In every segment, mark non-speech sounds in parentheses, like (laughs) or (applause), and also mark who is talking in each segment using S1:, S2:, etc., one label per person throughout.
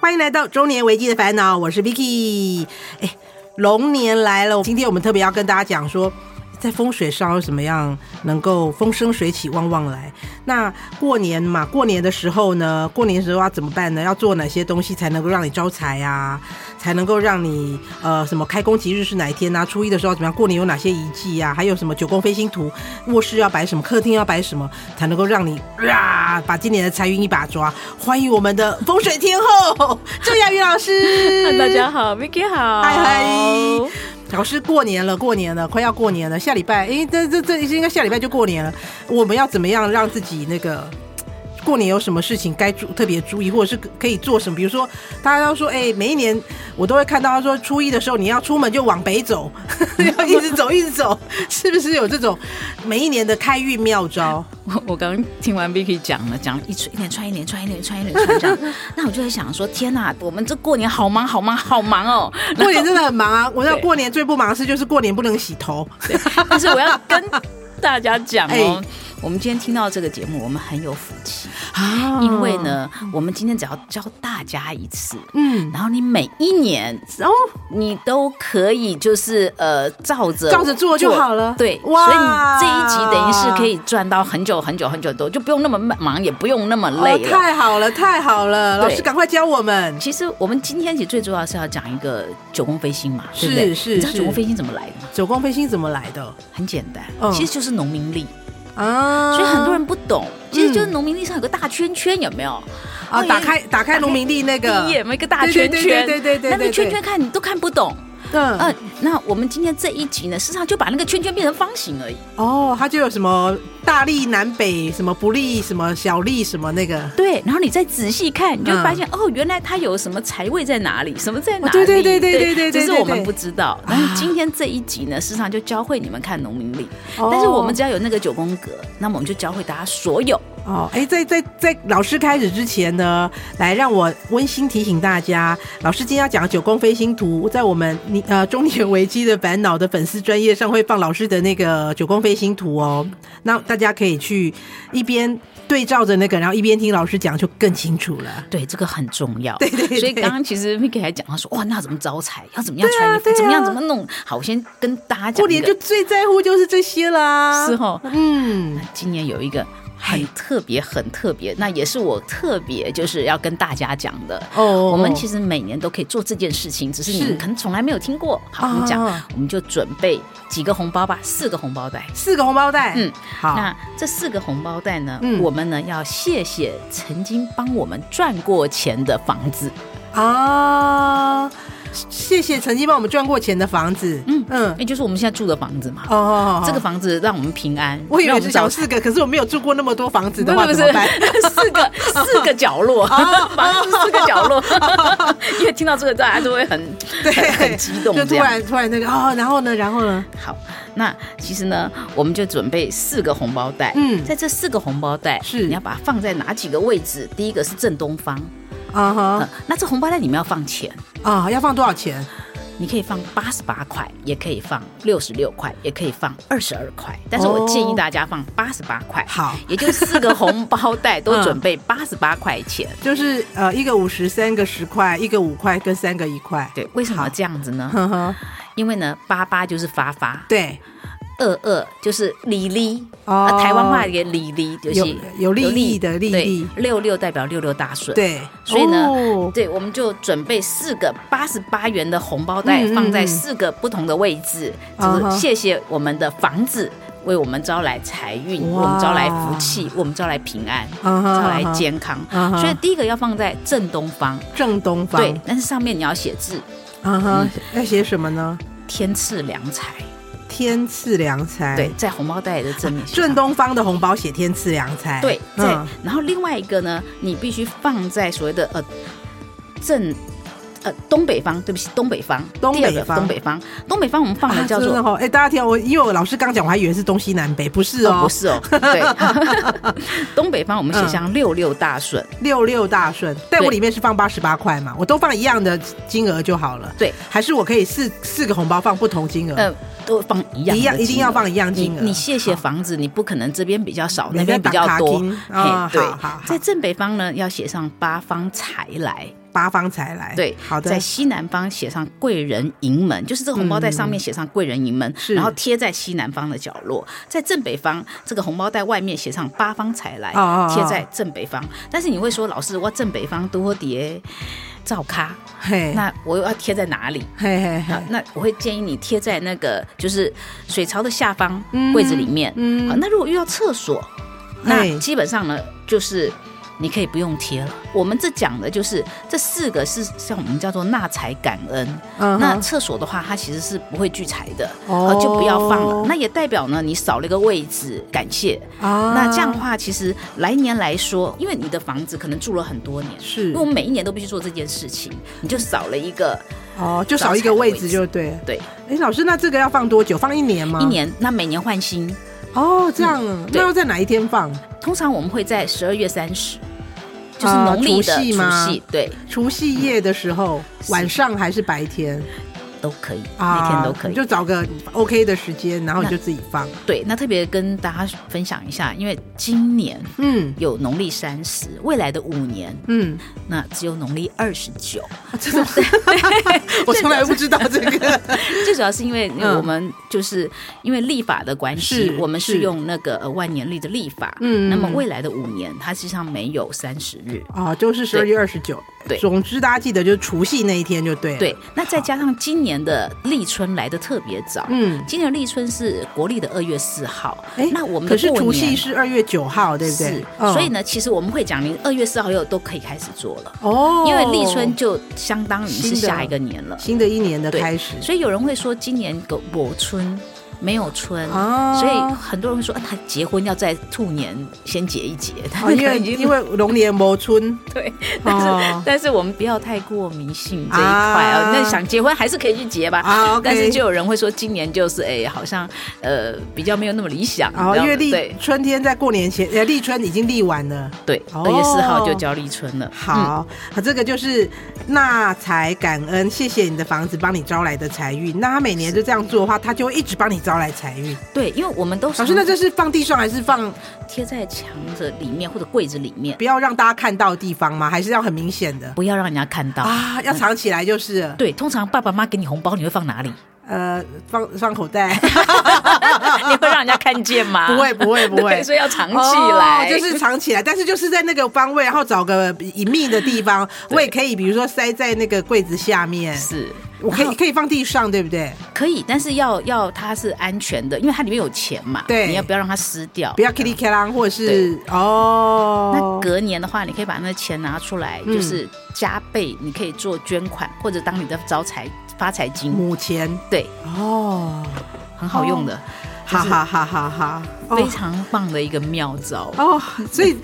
S1: 欢迎来到中年危机的烦恼，我是 Vicky。哎，龙年来了，今天我们特别要跟大家讲说，在风水上有什么样能够风生水起、旺旺来。那过年嘛，过年的时候呢，过年的时候要怎么办呢？要做哪些东西才能够让你招财啊？才能够让你呃什么开工吉日是哪一天啊？初一的时候怎么样？过年有哪些遗迹啊？还有什么九宫飞星图？卧室要摆什么？客厅要摆什么？才能够让你啊把今年的财运一把抓？欢迎我们的风水天后郑雅云老师，
S2: (laughs) 大家好，Vicky 好，
S1: 嗨嗨。老师，过年了，过年了，快要过年了，下礼拜，诶，这这这应该下礼拜就过年了。我们要怎么样让自己那个嘖过年有什么事情该注特别注意，或者是可可以做什么？比如说，大家都说，诶，每一年我都会看到他说，初一的时候你要出门就往北走，要一直走，一直走，是不是有这种每一年的开运妙招？
S2: 我我刚听完 Vicky 讲了，讲一串一连串一连串一连串一连串
S1: (laughs)
S2: 这样，那我就在想说，天哪，我们这过年好忙好忙好忙哦。 (laughs)
S1: 过年真的很忙啊！我知道
S2: 对
S1: 过年最不忙的事就是过年不能洗头，
S2: 但是我要跟大家讲哦，
S1: 哎
S2: 我们今天听到这个节目，我们很有福气，
S1: 啊
S2: 因为，呢，我们今天只要教大家一次，
S1: 嗯，
S2: 然后你每一年
S1: 然后
S2: 你都可以就是呃照着
S1: 照着做就好了
S2: 对，
S1: 哇
S2: 所以你这一集等于是可以赚到很久很久很久多，就不用那么忙，也不用那么累
S1: 哦，
S2: 了。
S1: 太好了，太好了！
S2: 对
S1: 老师，赶快教我们。
S2: 其实我们今天其实最主要是要讲一个九宫飞星嘛，
S1: 是
S2: 对不对？
S1: 是
S2: 你知道
S1: 是
S2: 九宫飞星怎么来的吗？
S1: 九宫飞星怎么来的
S2: 很简单，
S1: 嗯
S2: 其实就是农民历，
S1: 啊？
S2: 所以很多人不懂，
S1: 嗯
S2: 其实就是农民历上有个大圈圈，有没有？
S1: 啊，
S2: 哦
S1: 打开打开农民历那个
S2: 第一，页有没有一个大圈
S1: 嗯对对
S2: 圈？
S1: 对对对对
S2: 那
S1: 对
S2: 个圈圈看你都看不懂。
S1: 嗯
S2: 嗯，那我们今天这一集呢，事实上就把那个圈圈变成方形而已。
S1: 哦，它就有什么大力南北，什么不利，什么小利，什么那个。
S2: 对，然后你再仔细看，你就
S1: 嗯
S2: 会发现、哦，原来它有什么财位在哪里，什么在哪里。
S1: 哦对对对对对对对
S2: 只是
S1: 对
S2: 我们
S1: 对啊
S2: 不知道。但是今天这一集呢，事实上就教会你们看农民历，
S1: 哦
S2: 但是我们只要有那个九宫格，那么我们就教会大家所有。
S1: 哦，哎，在在在老师开始之前呢，来让我温馨提醒大家，老师今天要讲的九宫飞星图，在我们你呃中年危机的烦恼的粉丝专业上会放老师的那个九宫飞星图哦，那大家可以去一边对照着那个，然后一边听老师讲，就更清楚了。
S2: 对，这个很重要。
S1: (laughs) 对对对
S2: 所以刚刚其实 Vicky 还讲到说，哇，那要怎么招财？要怎么样
S1: 对啊
S2: 穿衣服？
S1: 对啊
S2: 怎么样怎么弄？好，我先跟大家讲一个。
S1: 过年就最在乎就是这些啦，
S2: 是哦
S1: 嗯，
S2: 今年有一个很特别、很特别，那也是我特别就是要跟大家讲的。
S1: 哦哦
S2: 我们
S1: 哦
S2: 其实每年都可以做这件事情，只是你
S1: 是啊
S2: 们可能从来没有听过。好，我们讲，我们就准备几个红包吧，四个红包袋。
S1: 四个红包袋，
S2: 嗯，
S1: 好，
S2: 那这四个红包袋呢，
S1: 啊嗯
S2: 我们呢要谢谢曾经帮我们赚过钱的房子。
S1: 啊，谢谢曾经帮我们赚过钱的房子，
S2: 嗯
S1: 嗯，
S2: 也就是我们现在住的房子嘛。
S1: 哦哦，哦
S2: 这个房子让我们平安，
S1: 我以
S2: 让
S1: 为
S2: 我
S1: 是
S2: 们
S1: 小
S2: 早
S1: 四个，可是我没有住过那么多房子
S2: 不
S1: 的
S2: 是
S1: 话
S2: 不
S1: 怎么
S2: 是
S1: 办？，
S2: (laughs)
S1: 哦
S2: 四个
S1: (laughs)
S2: 四个角落， (laughs) 房子四个角落，因为听到这个大家都会很
S1: 对，
S2: 很很激动
S1: 就突
S2: 这样。
S1: 然突然那个哦，然后呢，然后呢，
S2: 好，那其实呢，我们就准备四个红包袋。
S1: 嗯
S2: 在这四个红包袋，
S1: 是
S2: 你要把它放在哪几个位置？第一个是正东方，
S1: 啊
S2: 嗯
S1: 哈，
S2: 那这红包袋里面要放钱，
S1: 啊，要放多少钱？
S2: 你可以放八十八块，也可以放六十六块，也可以放二十二块，但是我
S1: 哦
S2: 建议大家放八十八块。
S1: 好
S2: 也就是四个红包
S1: (laughs)
S2: 袋
S1: 嗯
S2: 都准备八十八块钱。
S1: 就是呃，一个五十，三个十块，一个五块，跟三个一块。
S2: 对，为什么
S1: 好
S2: 要这样子呢？
S1: 呵呵，
S2: 因为呢，八八就是发发，
S1: 对，
S2: 二二就是里里，
S1: 哦
S2: 啊台湾话也里里，就是
S1: 有有利益的利益
S2: 对六六代表六六大顺，。
S1: 对，
S2: 所以呢，
S1: 哦
S2: 对，我们就准备四个八十八元的红包袋
S1: 嗯嗯，嗯
S2: 放在四个不同的位置，
S1: 啊哈
S2: 就是谢谢我们的房子为我们招来财运，
S1: 哇
S2: 我们招来福气，我们招来平安，
S1: 啊哈
S2: 招来
S1: 啊哈
S2: 健康。
S1: 啊哈
S2: 所以第一个要放在正东方，
S1: 正东方，
S2: 对，，嗯但是上面你要写字
S1: 啊哈，要写什么呢？
S2: 天赐良财，
S1: 天赐良才，
S2: 对，，在红包袋的正面写上
S1: 哎正东方的红包写天赐良才，
S2: 对，对
S1: 嗯，。
S2: 然后另外一个呢，你必须放在所谓的呃正呃东北方，对不起，东北方，
S1: 东
S2: 第二
S1: 北
S2: 个
S1: 方
S2: 东北方，东北方我们放的
S1: 啊
S2: 叫
S1: 真
S2: 做、
S1: 的哦，哎，大家听我，因为我老师刚讲，我还以为是东西南北，不是
S2: 哦，
S1: 哦嗯
S2: 不，是哦，
S1: (laughs)
S2: 对，东北方我们写上六六大顺，
S1: 六六大顺，但
S2: 对
S1: 我里面是放八十八块嘛，我都放一样的金额就好了。
S2: 对，
S1: 还是我可以四四个红包放不同金额。
S2: 呃，都放一样的金
S1: 嗯
S2: 额，
S1: 一样一定要放一样金额
S2: 你你谢谢房子，你不可能这边比较少，
S1: 你
S2: 那边比
S1: 在打
S2: 较
S1: 卡
S2: 多
S1: 金，
S2: 嘿
S1: 啊
S2: 对
S1: 好好好，
S2: 在正北方呢要写上八方财来，
S1: 八方财来。
S2: 对，
S1: 哎好的
S2: 在，西南方写上“贵人迎门”，就是这个红包袋上面写上“贵人迎门”，
S1: 嗯是
S2: 然后贴在西南方的角落。在正北方，这个红包袋外面写上“八方财来”，
S1: 哦哦哦
S2: 贴在正北方。但是你会说，老师，我正北方多叠照咖，
S1: 嘿，
S2: 那我又要贴在哪里？
S1: 嘿嘿
S2: 好
S1: 嘿，，
S2: 那我会建议你贴在那个就是水槽的下方柜子里面。嗯，好，那如果遇到厕所，那
S1: 嘿
S2: 基本上呢就是。你可以不用贴了。我们这讲的就是这四个是像我们叫做纳财感恩。
S1: 嗯哼
S2: 那厕所的话，它其实是不会聚财的，
S1: 哦
S2: 呃就不要放了。那也代表呢，你少了一个位置，感谢。
S1: 啊
S2: 那这样的话，其实来年来说，因为你的房子可能住了很多年，
S1: 是
S2: 因为我们每一年都必须做这件事情，你就少了一个
S1: 哦，就少一个位置就对了。
S2: 对
S1: 哎，老师，那这个要放多久？放一年吗？
S2: 一年，那每年换新。
S1: 哦，这样啊，那
S2: 对
S1: 要在哪一天放？
S2: 通常我们会在十二月三十，就是
S1: 啊
S2: 农历
S1: 除
S2: 的
S1: 夕吗
S2: 除夕，对，
S1: 除夕夜的时候，
S2: 是
S1: 晚上还是白天
S2: 都可以，
S1: 啊？
S2: 每天都可
S1: 你
S2: 以。
S1: 就找个 OK 的时间，然后你就自己放。
S2: 对，那特别跟大家分享一下，因为今年
S1: 嗯
S2: 有农历三十，未来的五年 (laughs)
S1: 嗯，
S2: 那只有农历二十九。
S1: 啊
S2: (laughs)
S1: 真的，我从来不知道这个。
S2: 最主要是因为
S1: 嗯
S2: 我们就是因为历法的关系
S1: 是，
S2: 我们
S1: 是
S2: 是用那个呃万年历的历法。
S1: 嗯
S2: 那么未来的五年，它实际上没有三十日。
S1: (laughs) 哦，就是十二月二十九。
S2: 对
S1: 总之大家记得就是除夕那一天就对。，
S2: 对，那再加上今年的立春来的特别早，
S1: 嗯，
S2: 今年的立春是国历的二月四号，
S1: 哎，
S2: 那我们
S1: 可
S2: 的
S1: 是
S2: 过
S1: 除夕
S2: 年啊
S1: 是二月九号，对不对
S2: 是？
S1: 嗯
S2: 所以，呢，其实我们会讲，你二月四号又都可以开始做了，
S1: 哦，
S2: 因为立春就相当于
S1: 新
S2: 是
S1: 的
S2: 下一个年了，
S1: 新的一年的
S2: 对
S1: 开始
S2: 所以有人会说今年个我春没有春。
S1: 啊
S2: 所以很多人会说，啊，他结婚要在兔年先结一结，他
S1: 哦，
S2: 们
S1: 因为
S2: 已经
S1: 因为龙年谋春，
S2: (laughs) 对，但是、
S1: 哦
S2: 但是我们不要太过迷信这一块
S1: 啊
S2: 啊。那想结婚还是可以去结吧，
S1: 啊，OK
S2: 但是就有人会说，今年就是哎，好像呃比较没有那么理想。
S1: 然后哦因为立
S2: 对
S1: 春天在过年前，呃，立春已经立完了。
S2: 对，
S1: 哦
S2: 二月四号就交立春了。嗯，
S1: 好，啊，这个就是纳财感恩，谢谢你的房子帮你招来的财运。那他每年就这样做的话，他就会一直帮你招来财运。
S2: 对，因为我们都
S1: 老师，那这是放地上还是放
S2: 贴在墙的里面或者柜子里面，
S1: 不要让大家看到的地方吗？还是要很明显的
S2: 不要让人家看到。
S1: 啊？要藏起来就是了，
S2: 对，通常爸爸妈妈给你红包，你会放哪里？
S1: 呃，放放口袋，
S2: (laughs) 你会让人家看见吗？
S1: 不会，不会，不会
S2: (laughs) 对，。所以要藏起来。
S1: 哦就是藏起来，但是就是在那个方位，然后找个隐秘的地方，我也可以，比如说塞在那个柜子下面，
S2: 是，
S1: 我可
S2: 嗯
S1: 以可以放地上，对不对？
S2: 可以，但是要要它是安全的，因为它里面有钱嘛，
S1: 对
S2: 你要不要让它湿掉？
S1: 不要 kitty k 啷，或者是哦，
S2: 那隔年的话，你可以把那个钱拿出来，
S1: 嗯
S2: 就是加倍，你可以做捐款，或者当你的招财发财金，
S1: 母钱
S2: 对，
S1: 哦，
S2: 很好用的，
S1: 哈哈哈哈哈，
S2: 非
S1: 哦
S2: 常棒的一个妙招。
S1: 哦，所以。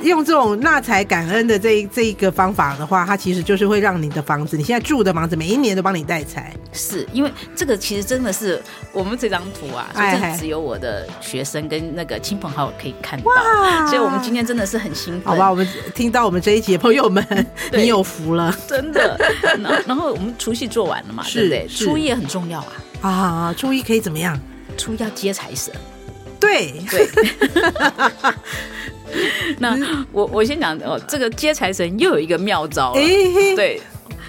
S1: 用这种纳财感恩的这一这一个方法的话，它其实就是会让你的房子，你现在住的房子，每一年都帮你带财。
S2: 是因为这个其实真的是我们这张图啊，
S1: 哎
S2: 真的
S1: 嗨
S2: 只有我的学生跟那个亲朋好友可以看到
S1: 哇，
S2: 啊所以我们今天真的是很兴奋，
S1: 好吧，我们听到我们这一集的朋友
S2: (laughs)
S1: 们，
S2: 对
S1: 你有福了
S2: 真的。然后然后我们除夕做完了嘛，
S1: 是
S2: 对不对？
S1: 是
S2: 初夜很重要啊，
S1: 啊！初一可以怎么样？
S2: 初一要接财神。
S1: 对， (laughs)
S2: 对， (laughs) 那我我先讲哦，这个接财神又有一个妙招了。
S1: 哎，
S2: 对，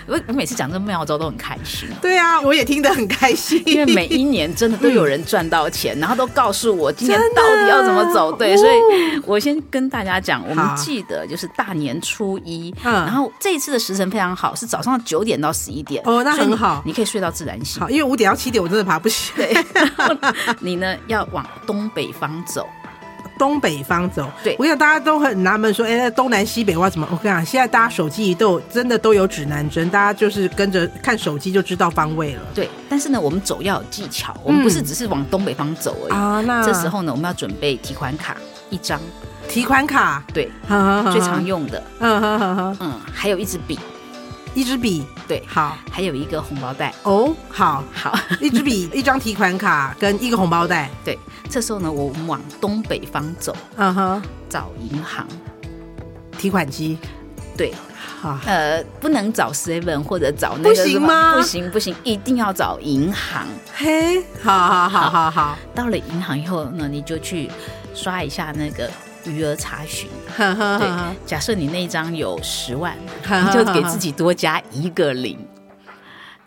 S2: 我我每次讲这个妙招都很开心。
S1: 对啊，我也听得很开心，
S2: 因为每一年真的都有人赚到钱，然后都告诉我今年
S1: 真的啊
S2: 到底要怎么走。对，
S1: 哦
S2: 所以我先跟大家讲，我
S1: 好
S2: 们记得就是大年初一，
S1: 嗯
S2: 然后这一次的时辰非常好，是早上九点到十一点。
S1: 哦那
S2: 所以
S1: 很好
S2: 你你可以睡到自然醒。
S1: 好，因为五点到七点我真的爬不起来。
S2: 对， (laughs) 然后你呢要往东北方走，
S1: 东北方走。
S2: 对
S1: 我想大家都很纳闷说，哎、那东南西北哇，怎么？我跟你讲，现在大家手机都有真的都有指南针，大家就是跟着看手机就知道方位了
S2: 对，但是呢，我们走要有技巧，我们不是
S1: 嗯
S2: 只是往东北方走而已。
S1: 啊。那
S2: 这时候呢，我们要准备提款卡一张，
S1: 提款卡
S2: 对，
S1: 最
S2: 最常，用的，
S1: 嗯哼哼哼，
S2: 嗯，还有一支笔，
S1: (laughs) 一支笔，
S2: 对，
S1: 好
S2: 还有一个红包袋。
S1: 哦，好，
S2: 好，
S1: 一支
S2: (laughs)
S1: 笔，一张提款卡跟一个红包袋，
S2: 对，这时候呢，我们往东北方走，
S1: 嗯哼，
S2: 找银行。
S1: 提款机，
S2: 对，
S1: 好，
S2: 呃，不能找 seven 或者找那个
S1: 不行
S2: 什么
S1: 吗
S2: 不行不行，一定要找银行。
S1: 嘿，好好好好好，
S2: 到了银行以后呢，你就去刷一下那个余额查询。
S1: (laughs) 哈哈
S2: 对
S1: 哈，
S2: 假设你那一张有十万，
S1: 哈
S2: 你就给自己多加一个零。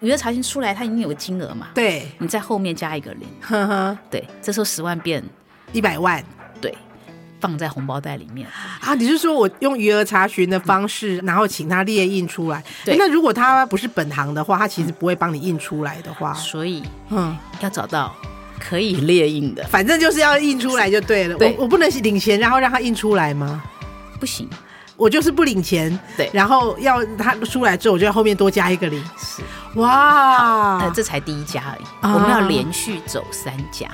S2: 余额查询出来，它已经有个金额嘛，
S1: 啊对，
S2: 你在后面加一个零，
S1: 哈哈，
S2: 对，这时候十万变
S1: 一百万
S2: 对，放在红包袋里面。
S1: 啊！你是说我用余额查询的方式，然后请他列印出来？
S2: 嗯对
S1: 诶那如果他不是本行的话，他其实不会帮你印出来的话，
S2: 所以
S1: 嗯，
S2: 要找到可以列印的，
S1: 反正就是要印出来就对了。
S2: 对
S1: 我我不能领钱，然后让他印出来吗？
S2: 不行，
S1: 我就是不领钱，
S2: 对
S1: 然后要他出来之后，我就要后面多加一个零。
S2: 是，
S1: 哇，
S2: 呃，这才第一家而已，
S1: 啊
S2: 我们要连续走三家，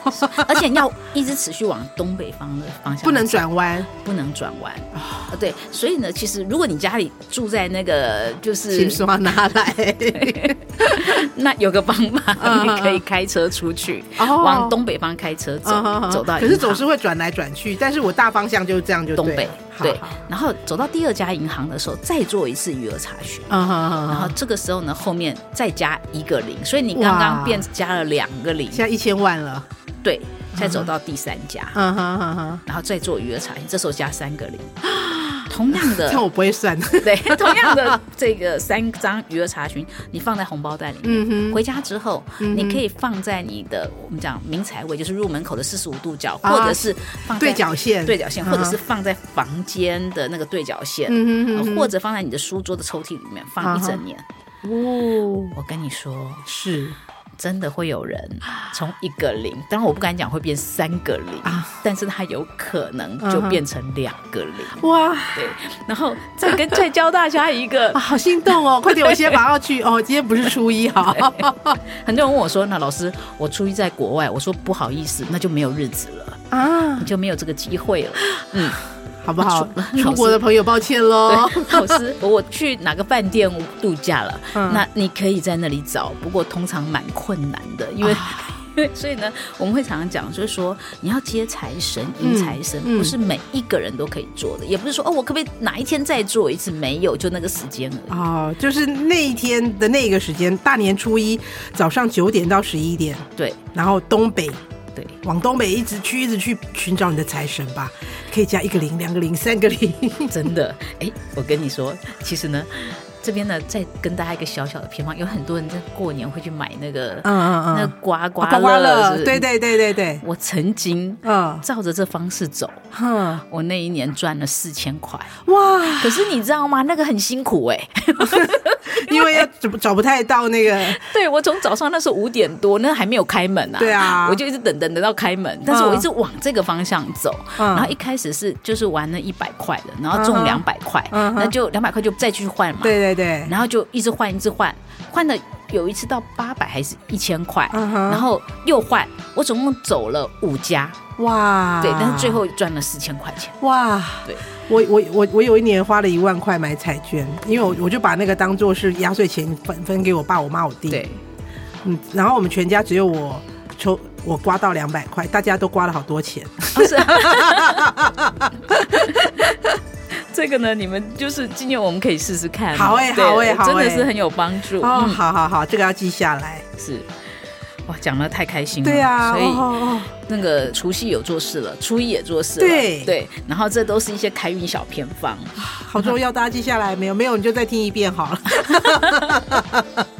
S2: (laughs) 而且要一直持续往东北方的方向走，
S1: 不能转弯，
S2: 不能转弯啊、对，所以呢，其实如果你家里住在那个就是
S1: 请刷拿来。
S2: (laughs) 那有个方 (laughs) 法，
S1: 嗯
S2: 你可以开车出去，
S1: 哦
S2: 往东北方开车走，
S1: 嗯
S2: 走到
S1: 可
S2: 银
S1: 是
S2: 行
S1: 总是会转来转去，但是我大方向就是这样就
S2: 东
S1: 对了
S2: 北
S1: 好
S2: 对
S1: 好，
S2: 然后走到第二家银行的时候，再做一次余额查询。
S1: 嗯哼哼，
S2: 然后
S1: 哼
S2: 这个时候呢，后面再加一个零，所以你刚
S1: 哇
S2: 刚变加了两个零，
S1: 现在一千万了，
S2: 对，再走到第三家，
S1: 嗯哼哼哼，
S2: 然后再做余额查询，这时候加三个零，同样
S1: (laughs) 这样
S2: 的。
S1: 我不会算， (laughs)
S2: 对，同样的这个三张余额查询，你放在红包袋里面，
S1: 嗯哼，
S2: 回家之后，
S1: 嗯哼
S2: 你可以放在你的我们讲明财位，就是入门口的四十五度角，
S1: 啊
S2: 或者是放在
S1: 对角线，
S2: 对角线，或者是
S1: 嗯
S2: 放在房间的那个对角线，
S1: 嗯哼嗯
S2: 呃
S1: 哼，
S2: 或者放在你的书桌的抽屉里面
S1: 啊
S2: 放一
S1: 哈
S2: 整年。
S1: 哦，
S2: 我跟你说，
S1: 是
S2: 真的会有人从一个零，当然我不敢讲会变三个零
S1: 啊，
S2: 但是它有可能就
S1: 嗯哼
S2: 变成两个零。
S1: 哇
S2: 对，然后再跟再教大家一个
S1: 啊，好心动 (laughs) 哦！快点，我先马上去哦。今天不是初一哈，
S2: 很多人问我说：“那老师，我初一在国外。”我说：“不好意思，那就没有日子了，
S1: 啊，
S2: 就没有这个机会了。
S1: 好不好
S2: 那？初
S1: 出国的朋友，抱歉喽。
S2: 对， (laughs) 老师，我去哪个饭店度假了？
S1: 嗯
S2: 那你可以在那里找，不过通常蛮困难的，因为、
S1: 啊
S2: (laughs) 因为所以呢，我们会常常讲，就是说你要接财神、迎财神，
S1: 嗯
S2: 不是每一个人都可以做的，也不是说哦，我可不可以哪一天再做一次？没有，就那个时间而已。
S1: 哦，就是那一天的那个时间，大年初一早上九点到十一点，
S2: 对
S1: 然后东北
S2: 对，
S1: 往东北一直去，一直去寻找你的财神吧。可以加一个零、两个零、三个零。
S2: 真的，哎，我跟你说，其实呢。这边呢，再跟大家一个小小的偏方，有很多人在过年会去买那个，
S1: 嗯嗯嗯
S2: 那刮刮
S1: 刮刮乐，
S2: 是不是
S1: 对对对对对，
S2: 我曾经
S1: 嗯
S2: 照着这方式走，
S1: 哼，
S2: 我那一年赚了四千块。
S1: 哇，
S2: (laughs) 可是你知道吗？那个很辛苦哎、
S1: 因为要找不找不太到那个，
S2: (laughs) 对我从早上那时候五点多，那还没有开门啊。嗯
S1: 对啊
S2: 我就一直等等等到开门，但是我一直往这个方向走。
S1: 嗯
S2: 然后一开始是就是玩了一百块的，然后中
S1: 嗯哼
S2: 两百块，
S1: 嗯哼
S2: 那就两百块就再去换嘛。
S1: 对对对，
S2: 然后就一直换，一直换，换了有一次到八百还是一千块，
S1: 嗯哼
S2: 然后又换，我总共走了五家，
S1: 哇，
S2: 对，但是最后赚了四千块钱。
S1: 哇，
S2: 对，
S1: 我我我我有一年花了一万块买彩券，因为我我就把那个当做是压岁钱分分给我爸、我妈、我弟，
S2: 对，
S1: 嗯，然后我们全家只有我抽我刮到两百块，大家都刮了好多钱，
S2: 不是、啊。这个呢，你们就是今年我们可以试试看。
S1: 好欸
S2: 对
S1: 好欸好欸
S2: 真的是很有帮助。
S1: 哦，
S2: 嗯，
S1: 好好好，这个要记下来，
S2: 是。哇，讲的太开心了。
S1: 对啊，
S2: 嗯所 (laughs) 以
S1: 哦哦
S2: 那个除夕有做事了，初一也做事了。
S1: 对
S2: 对，然后这都是一些开运小偏
S1: (laughs)
S2: 方。
S1: 哦好重要，大家记下来没有？没有你就再听一遍
S2: (laughs)
S1: 好了。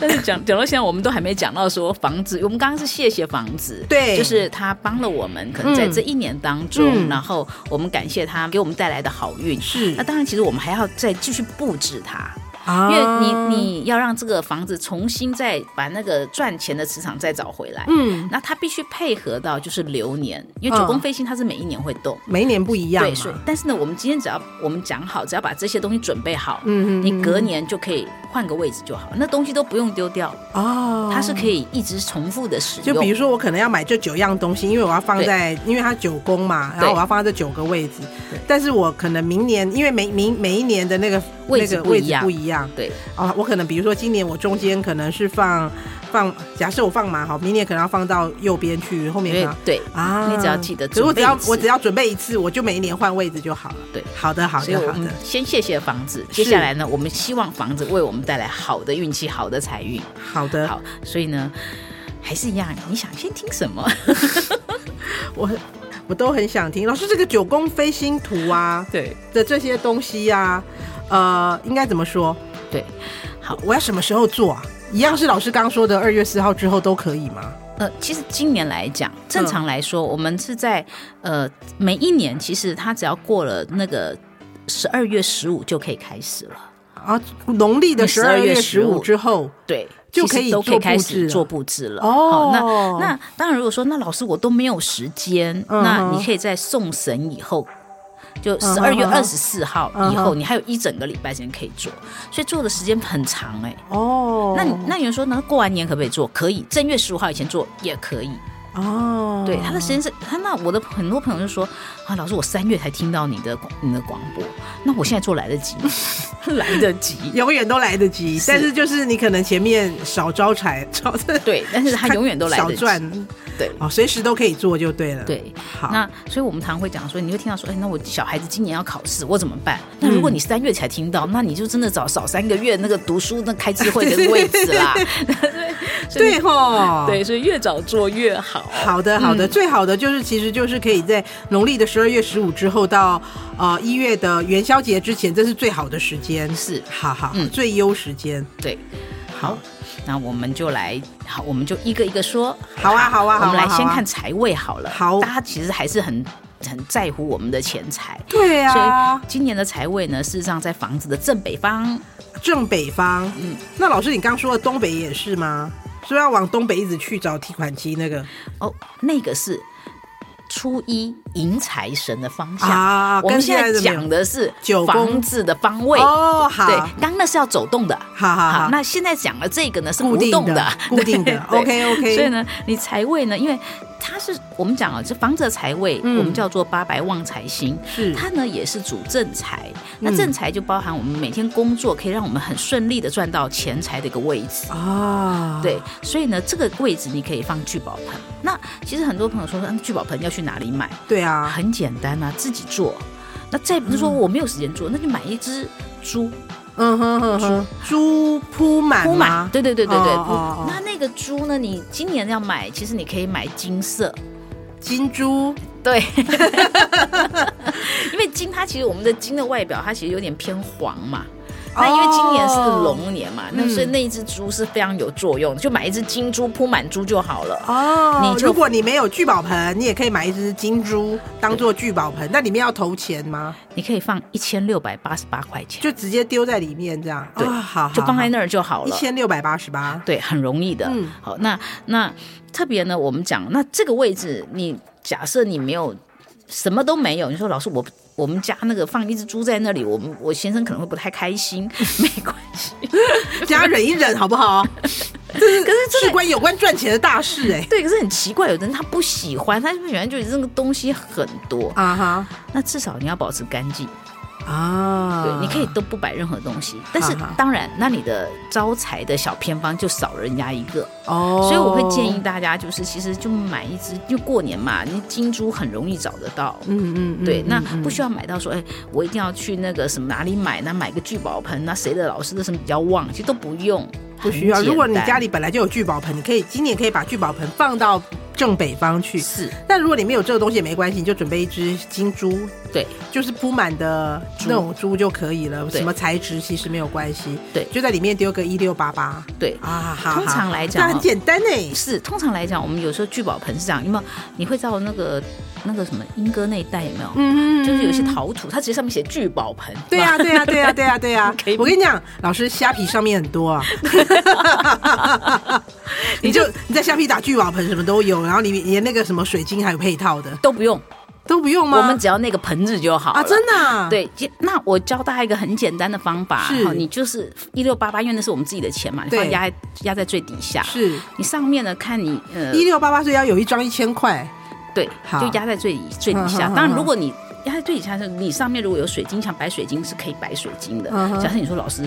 S2: 但是讲讲到现在，我们都还没讲到说房子。我们刚刚是谢谢房子，
S1: 对
S2: 就是他帮了我们，可能在这一年当中，
S1: 嗯嗯
S2: 然后我们感谢他给我们带来的好运。
S1: 是
S2: 那当然，其实我们还要再继续布置它。
S1: 啊
S2: 因为你你要让这个房子重新再把那个赚钱的磁场再找回来，
S1: 嗯，
S2: 那它必须配合到就是流年，因
S1: 嗯
S2: 为九宫飞星它是每一年会动，
S1: 每一年不一样
S2: 对，
S1: 哦嘛，
S2: 所以但是呢，我们今天只要我们讲好，只要把这些东西准备好，
S1: 嗯嗯嗯
S2: 你隔年就可以换个位置就好，那东西都不用丢掉，
S1: 哦，
S2: 它是可以一直重复的使用，
S1: 就比如说，我可能要买这九样东西，因为我要放
S2: 对
S1: 在，因为它九宫嘛，然后
S2: 对
S1: 我要放在这九个位置
S2: 对。
S1: 但是我可能明年，因为每明每一年的那个
S2: 位置
S1: 那个
S2: 不
S1: 位
S2: 一
S1: 置
S2: 样
S1: 不一样
S2: 对
S1: 啊，我可能比如说今年我中间可能是放放，假设我放马好，明年可能要放到右边去，后
S2: 因
S1: 面
S2: 为
S1: 放
S2: 对。
S1: 啊，
S2: 你只要记得
S1: 可是我只要
S2: 准备一次
S1: 我只要准备一次，我就每一年换位置就好了。
S2: 对，
S1: 好的，好
S2: 所以
S1: 的，
S2: 我嗯
S1: 好的
S2: 们，先谢谢房子，接下来呢，我们希望房子为我们带来好的运气、好的财运。
S1: 好的。
S2: 好，
S1: (laughs)
S2: 所以呢，还是一样，你想先听什么？
S1: 我我都很想听。老师，这个九宫飞星图啊
S2: 对
S1: 的这些东西呀、啊，呃，应该怎么说？
S2: 对，
S1: 我要什么时候做啊？一样是老师刚说的二月四号之后都可以吗？
S2: 呃，其实今年来讲，
S1: 嗯
S2: 正常来说，我们是在呃每一年，其实它只要过了那个十二月十五就可以开始了。
S1: 啊，农历的十二
S2: 12
S1: 月
S2: 月
S1: 十五
S2: 15
S1: 之后，
S2: 对，
S1: 就
S2: 其实
S1: 可以
S2: 都可
S1: 做
S2: 以开
S1: 布置
S2: 始做布置了。
S1: 哦
S2: 好那那当然，如果说那老师我都没有时间，
S1: 嗯哼
S2: 那你可以在送神以后，就
S1: 嗯
S2: 十
S1: 哼
S2: 二月
S1: 嗯哼嗯
S2: 二十四号以后，你还有一整个礼拜时间可以做，所以做的时间很长哎、
S1: 哦，
S2: 那你那有人说，那过完年可不可以做？可以，正月十五号以前做也可以。
S1: 哦，
S2: 对，他的时间是，他那我的很多朋友就说啊，老师，我三月才听到你的广你的广播，那我现在做来得及吗？ (laughs) 来得及。
S1: 永远都来得及，
S2: 是
S1: 但是就是你可能前面少招财， (laughs) 少
S2: 对，但是他永远都来
S1: 少
S2: 得及。
S1: 赚，
S2: 对
S1: 哦，随时都可以做就对了。，
S2: 对，
S1: 好，
S2: 那所以我们常会讲说，你会听到说，哎，那我小孩子今年要考试，我怎么办？那
S1: 嗯
S2: 如果你三月才听到，那你就真的找少三个月那个读书那开智慧的位置
S1: (laughs)
S2: 啦。 (laughs) 所以
S1: 对吼，。
S2: 对，嗯所以越早做越好。
S1: 好的，好的，最好的就是，其实就是可以在农历的十二月十五之后到呃一月的元宵节之前，这是最好的时间。
S2: 是
S1: 好好，
S2: 嗯
S1: 最优时间。
S2: 对，好，那我们就来，好，我们就一个一个说。
S1: 好啊好啊好啊
S2: 我们来
S1: 好啊
S2: 先看财位好了。
S1: 好
S2: 大家其实还是很很在乎我们的钱财。
S1: 对啊
S2: 所以，今年的财位呢，事实上在房子的正北方，
S1: 正北方。
S2: 嗯
S1: 那老师，你刚说的东北也是吗？是不是要往东北一直去找提款机那个
S2: 哦，那个是初一迎财神的方向。
S1: 啊？
S2: 我
S1: 跟
S2: 们现在
S1: 的没有
S2: 讲的是
S1: 九宫
S2: 房子的方位，
S1: 哦，好，
S2: 对，刚那是要走动的。
S1: 好好好，
S2: 那现在讲的这个呢是
S1: 啊固
S2: 不
S1: 定
S2: 动 (laughs)
S1: 的固定的 OK，OK
S2: 所以呢，你财位呢，因为它是我们讲啊，这房子的财位，
S1: 嗯
S2: 我们叫做八白旺财星，
S1: 是
S2: 它呢也是主正财。
S1: 嗯
S2: 那正财就包含我们每天工作可以让我们很顺利的赚到钱财的一个位置。
S1: 啊，
S2: 对，所以呢，这个位置你可以放聚宝盆。那其实很多朋友说，嗯，聚宝盆要去哪里买？
S1: 对啊，
S2: 很简单啊，自己做。那再不是说我没有时间做，那就买一只猪，
S1: 嗯哼哼哼，猪铺满
S2: 铺满
S1: 吗，
S2: 啊对对对对对。
S1: 哦
S2: 铺
S1: 哦哦
S2: 那那个猪呢？你今年要买，其实你可以买金色，
S1: 金猪
S2: 对， (laughs) 因为金它其实我们的金的外表它其实有点偏黄嘛。那因为今年是
S1: 哦
S2: 龙年嘛，那所以那一只猪是非常有作用，就买一只金猪铺满猪就好了。
S1: 哦。
S2: 你就
S1: 如果你没有聚宝盆，你也可以买一只金猪当做聚宝盆，那里面要投钱吗？
S2: 你可以放一千六百八十八块钱，
S1: 就直接丢在里面这样，
S2: 对
S1: 啊好，
S2: 就放在
S1: 那
S2: 那儿就好
S1: 一
S2: 了。
S1: 千六百八十八， (laughs)
S2: 对，很容易的。
S1: 嗯
S2: 好，那那特别呢，我们讲那这个位置，你假设你没有什么都没有，你说老师我。我们家那个放一只猪在那里，我们我先生可能会不太开心，
S1: (laughs)
S2: 没关系。
S1: 大家忍一忍好不好？
S2: 可是这
S1: 事
S2: 个
S1: 关有关赚钱的大事哎
S2: 对，可是很奇怪，有的人他不喜欢，他就喜欢就是那个东西很多。
S1: 啊哈
S2: 那至少你要保持干净，
S1: 啊，
S2: 对，你可以都不摆任何东西。但是
S1: 啊哈
S2: 当然，那你的招财的小偏方就少人家一个。
S1: 哦，
S2: 所以我会建议大家，就是其实就买一只，就过年嘛，你金珠很容易找得到。
S1: 嗯，嗯嗯，
S2: 对，那
S1: 嗯
S2: 不需要买到说，哎，我一定要去那个什么哪里买，那买个聚宝盆，那谁的老师的什么比较旺，其实都不用，
S1: 不需要。
S2: 很简单
S1: 如果你家里本来就有聚宝盆，你可以今年可以把聚宝盆放到正北方去。
S2: 是
S1: 但如果你没有这个东西也没关系，你就准备一只金珠，
S2: 对
S1: 就是铺满的那种珠就可以了，
S2: 对
S1: 什么材质其实没有关系。
S2: 对
S1: 就在里面丢个一六八八
S2: 对。
S1: 啊，好
S2: 通常
S1: 好
S2: 来讲
S1: 这很
S2: 哦
S1: 简单哎呢。
S2: 是，通常来讲，我们有时候聚宝盆是这样，有没有？你会到那个那个什么莺歌那一带有没有？
S1: 嗯
S2: 就是有一些陶土，它直接上面写聚宝盆。
S1: 对呀、对呀、对呀、对呀、对呀、
S2: (laughs) 可以
S1: 我跟你讲，老师虾皮上面很多
S2: (laughs)
S1: 啊，你就你在虾皮打聚宝盆什么都有，然后里面连那个什么水晶还有配套的
S2: 都不用，
S1: 都不用吗？
S2: 我们只要那个盆子就好了。
S1: 啊，真的、啊、，
S2: 对，其那我教大家一个很简单的方法，
S1: 是
S2: 好你就是一六八八，因为那是我们自己的钱嘛，你
S1: 对
S2: 放压在压在最底下，
S1: 是
S2: 你上面呢看你呃
S1: 一，六八八，所以要有一张一千块
S2: 对
S1: 好，
S2: 就压在最底最底
S1: 嗯
S2: 下。
S1: 哼
S2: 当
S1: 嗯哼
S2: 然，如果你压在最底下的时候，你上面如果有水晶，想摆水晶是可以摆水晶的
S1: 嗯哼。
S2: 假设你说老师，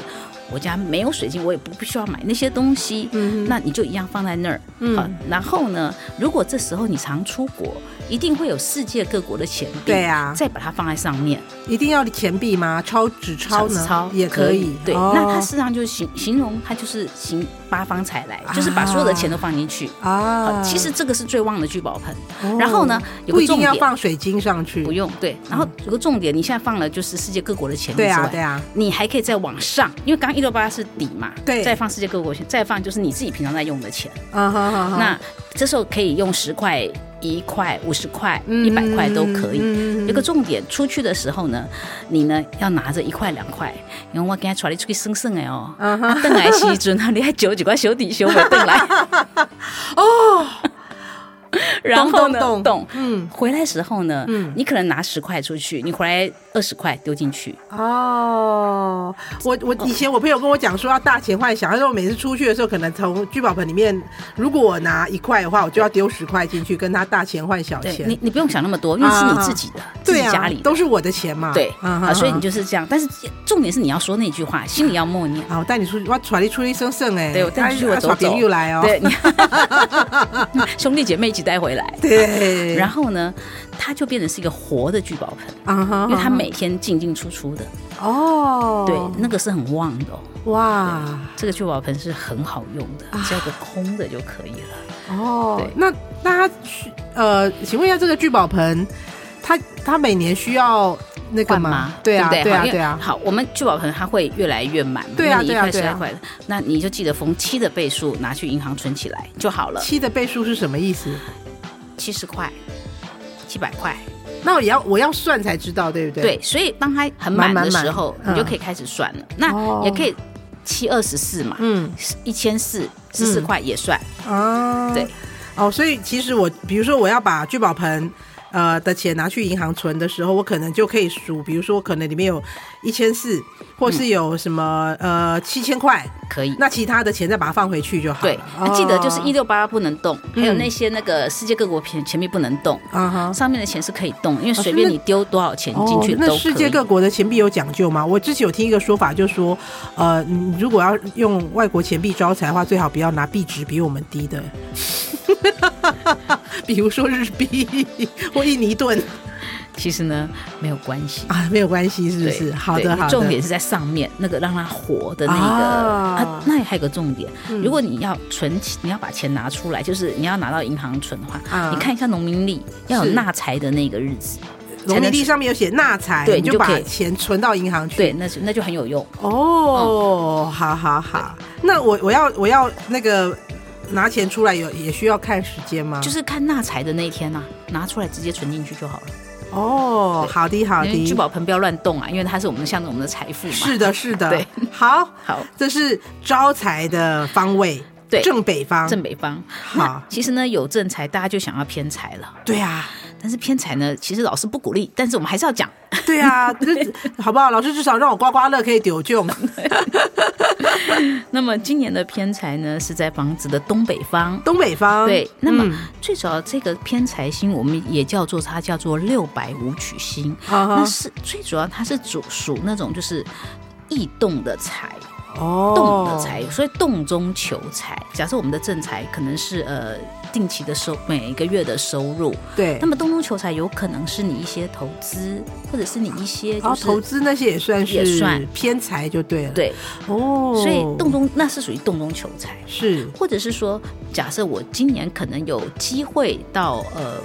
S2: 我家没有水晶，我也不必须要买那些东西。
S1: 嗯
S2: 那你就一样放在那儿。
S1: 嗯
S2: 好，然后呢，如果这时候你常出国，一定会有世界各国的钱币，
S1: 对啊
S2: 再把它放在上面，
S1: 一定要钱币吗？钞纸钞呢？
S2: 钞
S1: 也可以。
S2: 对，
S1: 哦
S2: 那它事实上就是形形容它就是行八方财来，就是把所有的钱都放进去。呃
S1: 啊，
S2: 好其实这个是最旺的聚宝盆。
S1: 哦
S2: 然后呢，有
S1: 不
S2: 个
S1: 一
S2: 重
S1: 定要
S2: 点，
S1: 放水晶上去
S2: 不。用对。然后有个重点，你现在放了就是世界各国的钱
S1: 对啊，
S2: 之
S1: 对
S2: 外
S1: 啊，
S2: 你还可以再往上，因为刚刚一六八是底嘛，
S1: 对
S2: 再放世界各国钱，再放就是你自己平常在用的钱。
S1: 啊哈哈哈。
S2: 那这时候可以用十块、一块、五十块、
S1: 嗯
S2: 一百块都可以。
S1: 嗯嗯嗯
S2: 有一个重点，出去的时候呢，你呢要拿着一块两块，因为我今天带你出去省省的哦。
S1: 啊哈
S2: 啊，邓来时阵啊，你还九几块小弟小妹
S1: (laughs)
S2: 邓来哦，然后呢
S1: 懂懂懂
S2: 懂，
S1: 嗯
S2: 回来时候呢，
S1: 嗯
S2: 你可能拿十块出去，你回来二十块丢进去，
S1: 哦，我我以前我朋友跟我讲说要大钱换小，他说我每次出去的时候，可能从聚宝盆里面，如果我拿一块的话，我就要丢十块进去，跟他大钱换小
S2: 对
S1: 钱。
S2: 你你不用想那么多，因为是你自己的，自
S1: 对
S2: 己
S1: 啊，
S2: 家里的
S1: 都是我的钱嘛。
S2: 对
S1: 啊哈
S2: 啊，所以你
S1: 就
S2: 就是这样。但是重点是你要说那句话，心里要默念。
S1: 啊，我带你出去，我带你出去生胜哎，
S2: 对，我带你去我走
S1: 耍
S2: 走，
S1: 又来哦。
S2: 对，你
S1: (laughs)
S2: 兄弟姐妹一起带回来。
S1: 对，
S2: (laughs) 然
S1: 后
S2: 后呢，它就变成是一个活的聚宝盆，
S1: 啊哈，
S2: 因为它每天进进出出的，
S1: 哦，
S2: 对，那个是很旺的哦。
S1: 哇，
S2: 这个聚宝盆是很好用的，
S1: 啊
S2: 只要有个空的就可以了。
S1: 哦
S2: 对，
S1: 那那他需呃，请问一下这个聚宝盆，它它每年需要那个
S2: 干
S1: 吗
S2: 嘛？？
S1: 对啊，
S2: 不
S1: 对
S2: 好
S1: 啊，
S2: 因为
S1: 对啊，
S2: 好，我们聚宝盆它会越来越满，
S1: 对啊
S2: 因为你一
S1: 对啊
S2: 块十
S1: 对
S2: 来
S1: 啊
S2: 块的，那你就记得逢七的倍数拿去银行存起来就好了。
S1: 七的倍数是什么意思？
S2: 七十块、七百块，
S1: 那我也要我要算才知道，对不对？
S2: 对，所以当它很
S1: 满
S2: 满的
S1: 满满
S2: 时候，
S1: 嗯哦
S2: 你就可以开始算了。那也可以七二十四嘛，
S1: 嗯
S2: 一千四十四
S1: 嗯
S2: 块也算。
S1: 啊，
S2: 对，
S1: 哦，所以其实我比如说我要把聚宝盆。呃的钱拿去银行存的时候，我可能就可以数，比如说可能里面有一千四，或是有什么、呃七千块，
S2: 可以。
S1: 那其他的钱再把它放回去就好了。
S2: 对，那记得就是
S1: 哦
S2: 一六八八不能动，还有
S1: 嗯
S2: 那些那个世界各国钱钱币不能动，
S1: 啊哈，
S2: 上面的钱是可以动，因为随便
S1: 所以那
S2: 你丢多少钱进去
S1: 哦、
S2: 都可
S1: 那
S2: 以。
S1: 世界各国的钱币有讲究吗？我之前有听一个说法，就是说，呃，你如果要用外国钱币招财的话，最好不要拿币值比我们低的， (laughs) 比如说日币或印尼盾
S2: 其实呢没有关系。
S1: 啊，没有关系，是不
S2: 对
S1: 是？好
S2: 对
S1: 的，好的。
S2: 重点是在上面那个让它活的那个
S1: 啊嗯
S2: 啊，那还有个重点，如果你要存起，你要把钱拿出来，就是你要拿到银行存的话，
S1: 啊
S2: 你看一下农民历要有
S1: 是
S2: 纳财的那个日子，
S1: 农民历上面有写纳财，
S2: 对
S1: 你
S2: 你
S1: 就
S2: 就
S1: 把
S2: 可以
S1: 钱存到银行去。
S2: 对，嗯那是那就很有用。
S1: 哦，好好好，那我我要我要那个拿钱出来有也需要看时间吗？
S2: 就是看纳财的那一天呐、拿出来直接存进去就好了。
S1: 哦，好的好
S2: 因为
S1: 的，
S2: 聚宝盆不要乱动啊，因为它是我们象征我们的财富嘛。
S1: 是的，是的，
S2: 对，
S1: 好，
S2: 好，
S1: 这是招财的方位，
S2: 对
S1: 正北方，
S2: 正北方。
S1: 好，
S2: 其实呢，有正财，大家就想要偏财了。
S1: 对啊，
S2: 但是偏财呢，其实老师不鼓励，但是我们还是要讲。
S1: 对啊，这好不好？老师至少让我刮刮乐可以丢中，
S2: 那么今年的偏财呢，是在房子的东北方。
S1: 东北方，
S2: 对，那么
S1: 嗯
S2: 最主要这个偏财星，我们也叫做它叫做六白武曲星。
S1: 啊哈
S2: 那是最主要，它是主属那种就是异动的财。
S1: 哦，
S2: 动的财，所以动中求财。假设我们的正财可能是呃定期的收，每一个月的收入，
S1: 对
S2: 那，么动中求财有可能是你一些投资，或者是你一些
S1: 然
S2: 就
S1: 后
S2: 是、
S1: 哦投资那些也算是
S2: 也算
S1: 偏财就对了，，
S2: 对，
S1: 哦，
S2: 所以动中那是属于动中求财，
S1: 是
S2: 或者是说，假设我今年可能有机会到呃。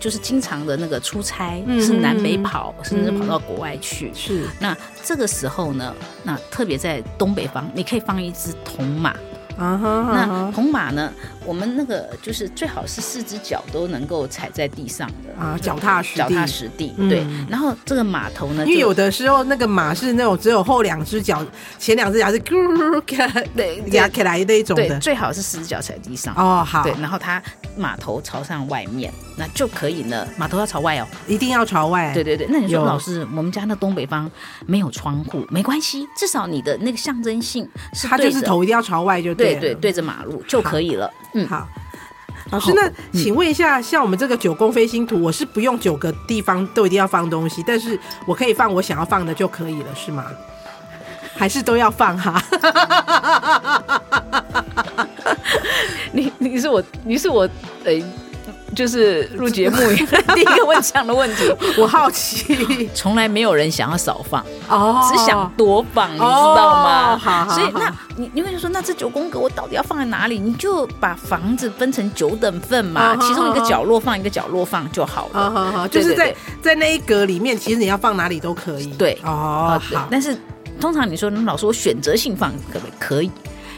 S2: 就是经常的那个出差，
S1: 嗯
S2: 是南北跑，甚至
S1: 嗯
S2: 跑到国外去。
S1: 是
S2: 那这个时候呢，那特别在东北方，你可以放一只铜马，
S1: 啊哈，啊
S2: 那
S1: 哈
S2: 铜马呢？我们那个就是最好是四只脚都能够踩在地上的
S1: 啊脚踏实地
S2: 脚踏实地。
S1: 嗯
S2: 对，然后这个马头呢，
S1: 因为
S2: 就
S1: 有的时候那个马是那种只有后两只脚，前两只脚是咕噜 (laughs) 噜
S2: 对
S1: 压起来那一种
S2: 对
S1: 的，
S2: 最好是四只脚踩地上。
S1: 哦，好
S2: 对，，然后它马头朝上外面，那就可以呢。马头要朝外哦。
S1: 一定要朝外，
S2: 对对对，那你说
S1: 有
S2: 老师，我们家那东北方没有窗户，没关系，至少你的那个象征性是
S1: 他就
S2: 对
S1: 是
S2: 着
S1: 头一定要朝外就
S2: 对
S1: 了
S2: 对对着马路就可以了。嗯，
S1: 好，老师，
S2: 好
S1: 那请问一下，像我们这个九宫飞星图，我是不用九个地方都一定要放东西，但是我可以放我想要放的就可以了，是吗？还是都要放
S2: (laughs)
S1: 哈？
S2: (laughs) 你你是我你是我呃，就是录节目 (laughs) 以来第一个问这样的问题，
S1: 我好奇
S2: 从来没有人想要少放，
S1: 哦，
S2: 只想多放，你知道吗？
S1: 哦好好
S2: 所以嗯
S1: 好
S2: 那你你会说，那这九宫格我到底要放在哪里？你就把房子分成九等份嘛，
S1: 哦好
S2: 其中一个
S1: 好
S2: 角落放一个角落放就好了。
S1: 啊好好，就是
S2: 对
S1: 在
S2: 对
S1: 在那一格里面，其实你要放哪里都可以。
S2: 对
S1: 哦，
S2: 对
S1: 好，
S2: 但是通常你说，嗯老师，我选择性放可不可以？可以。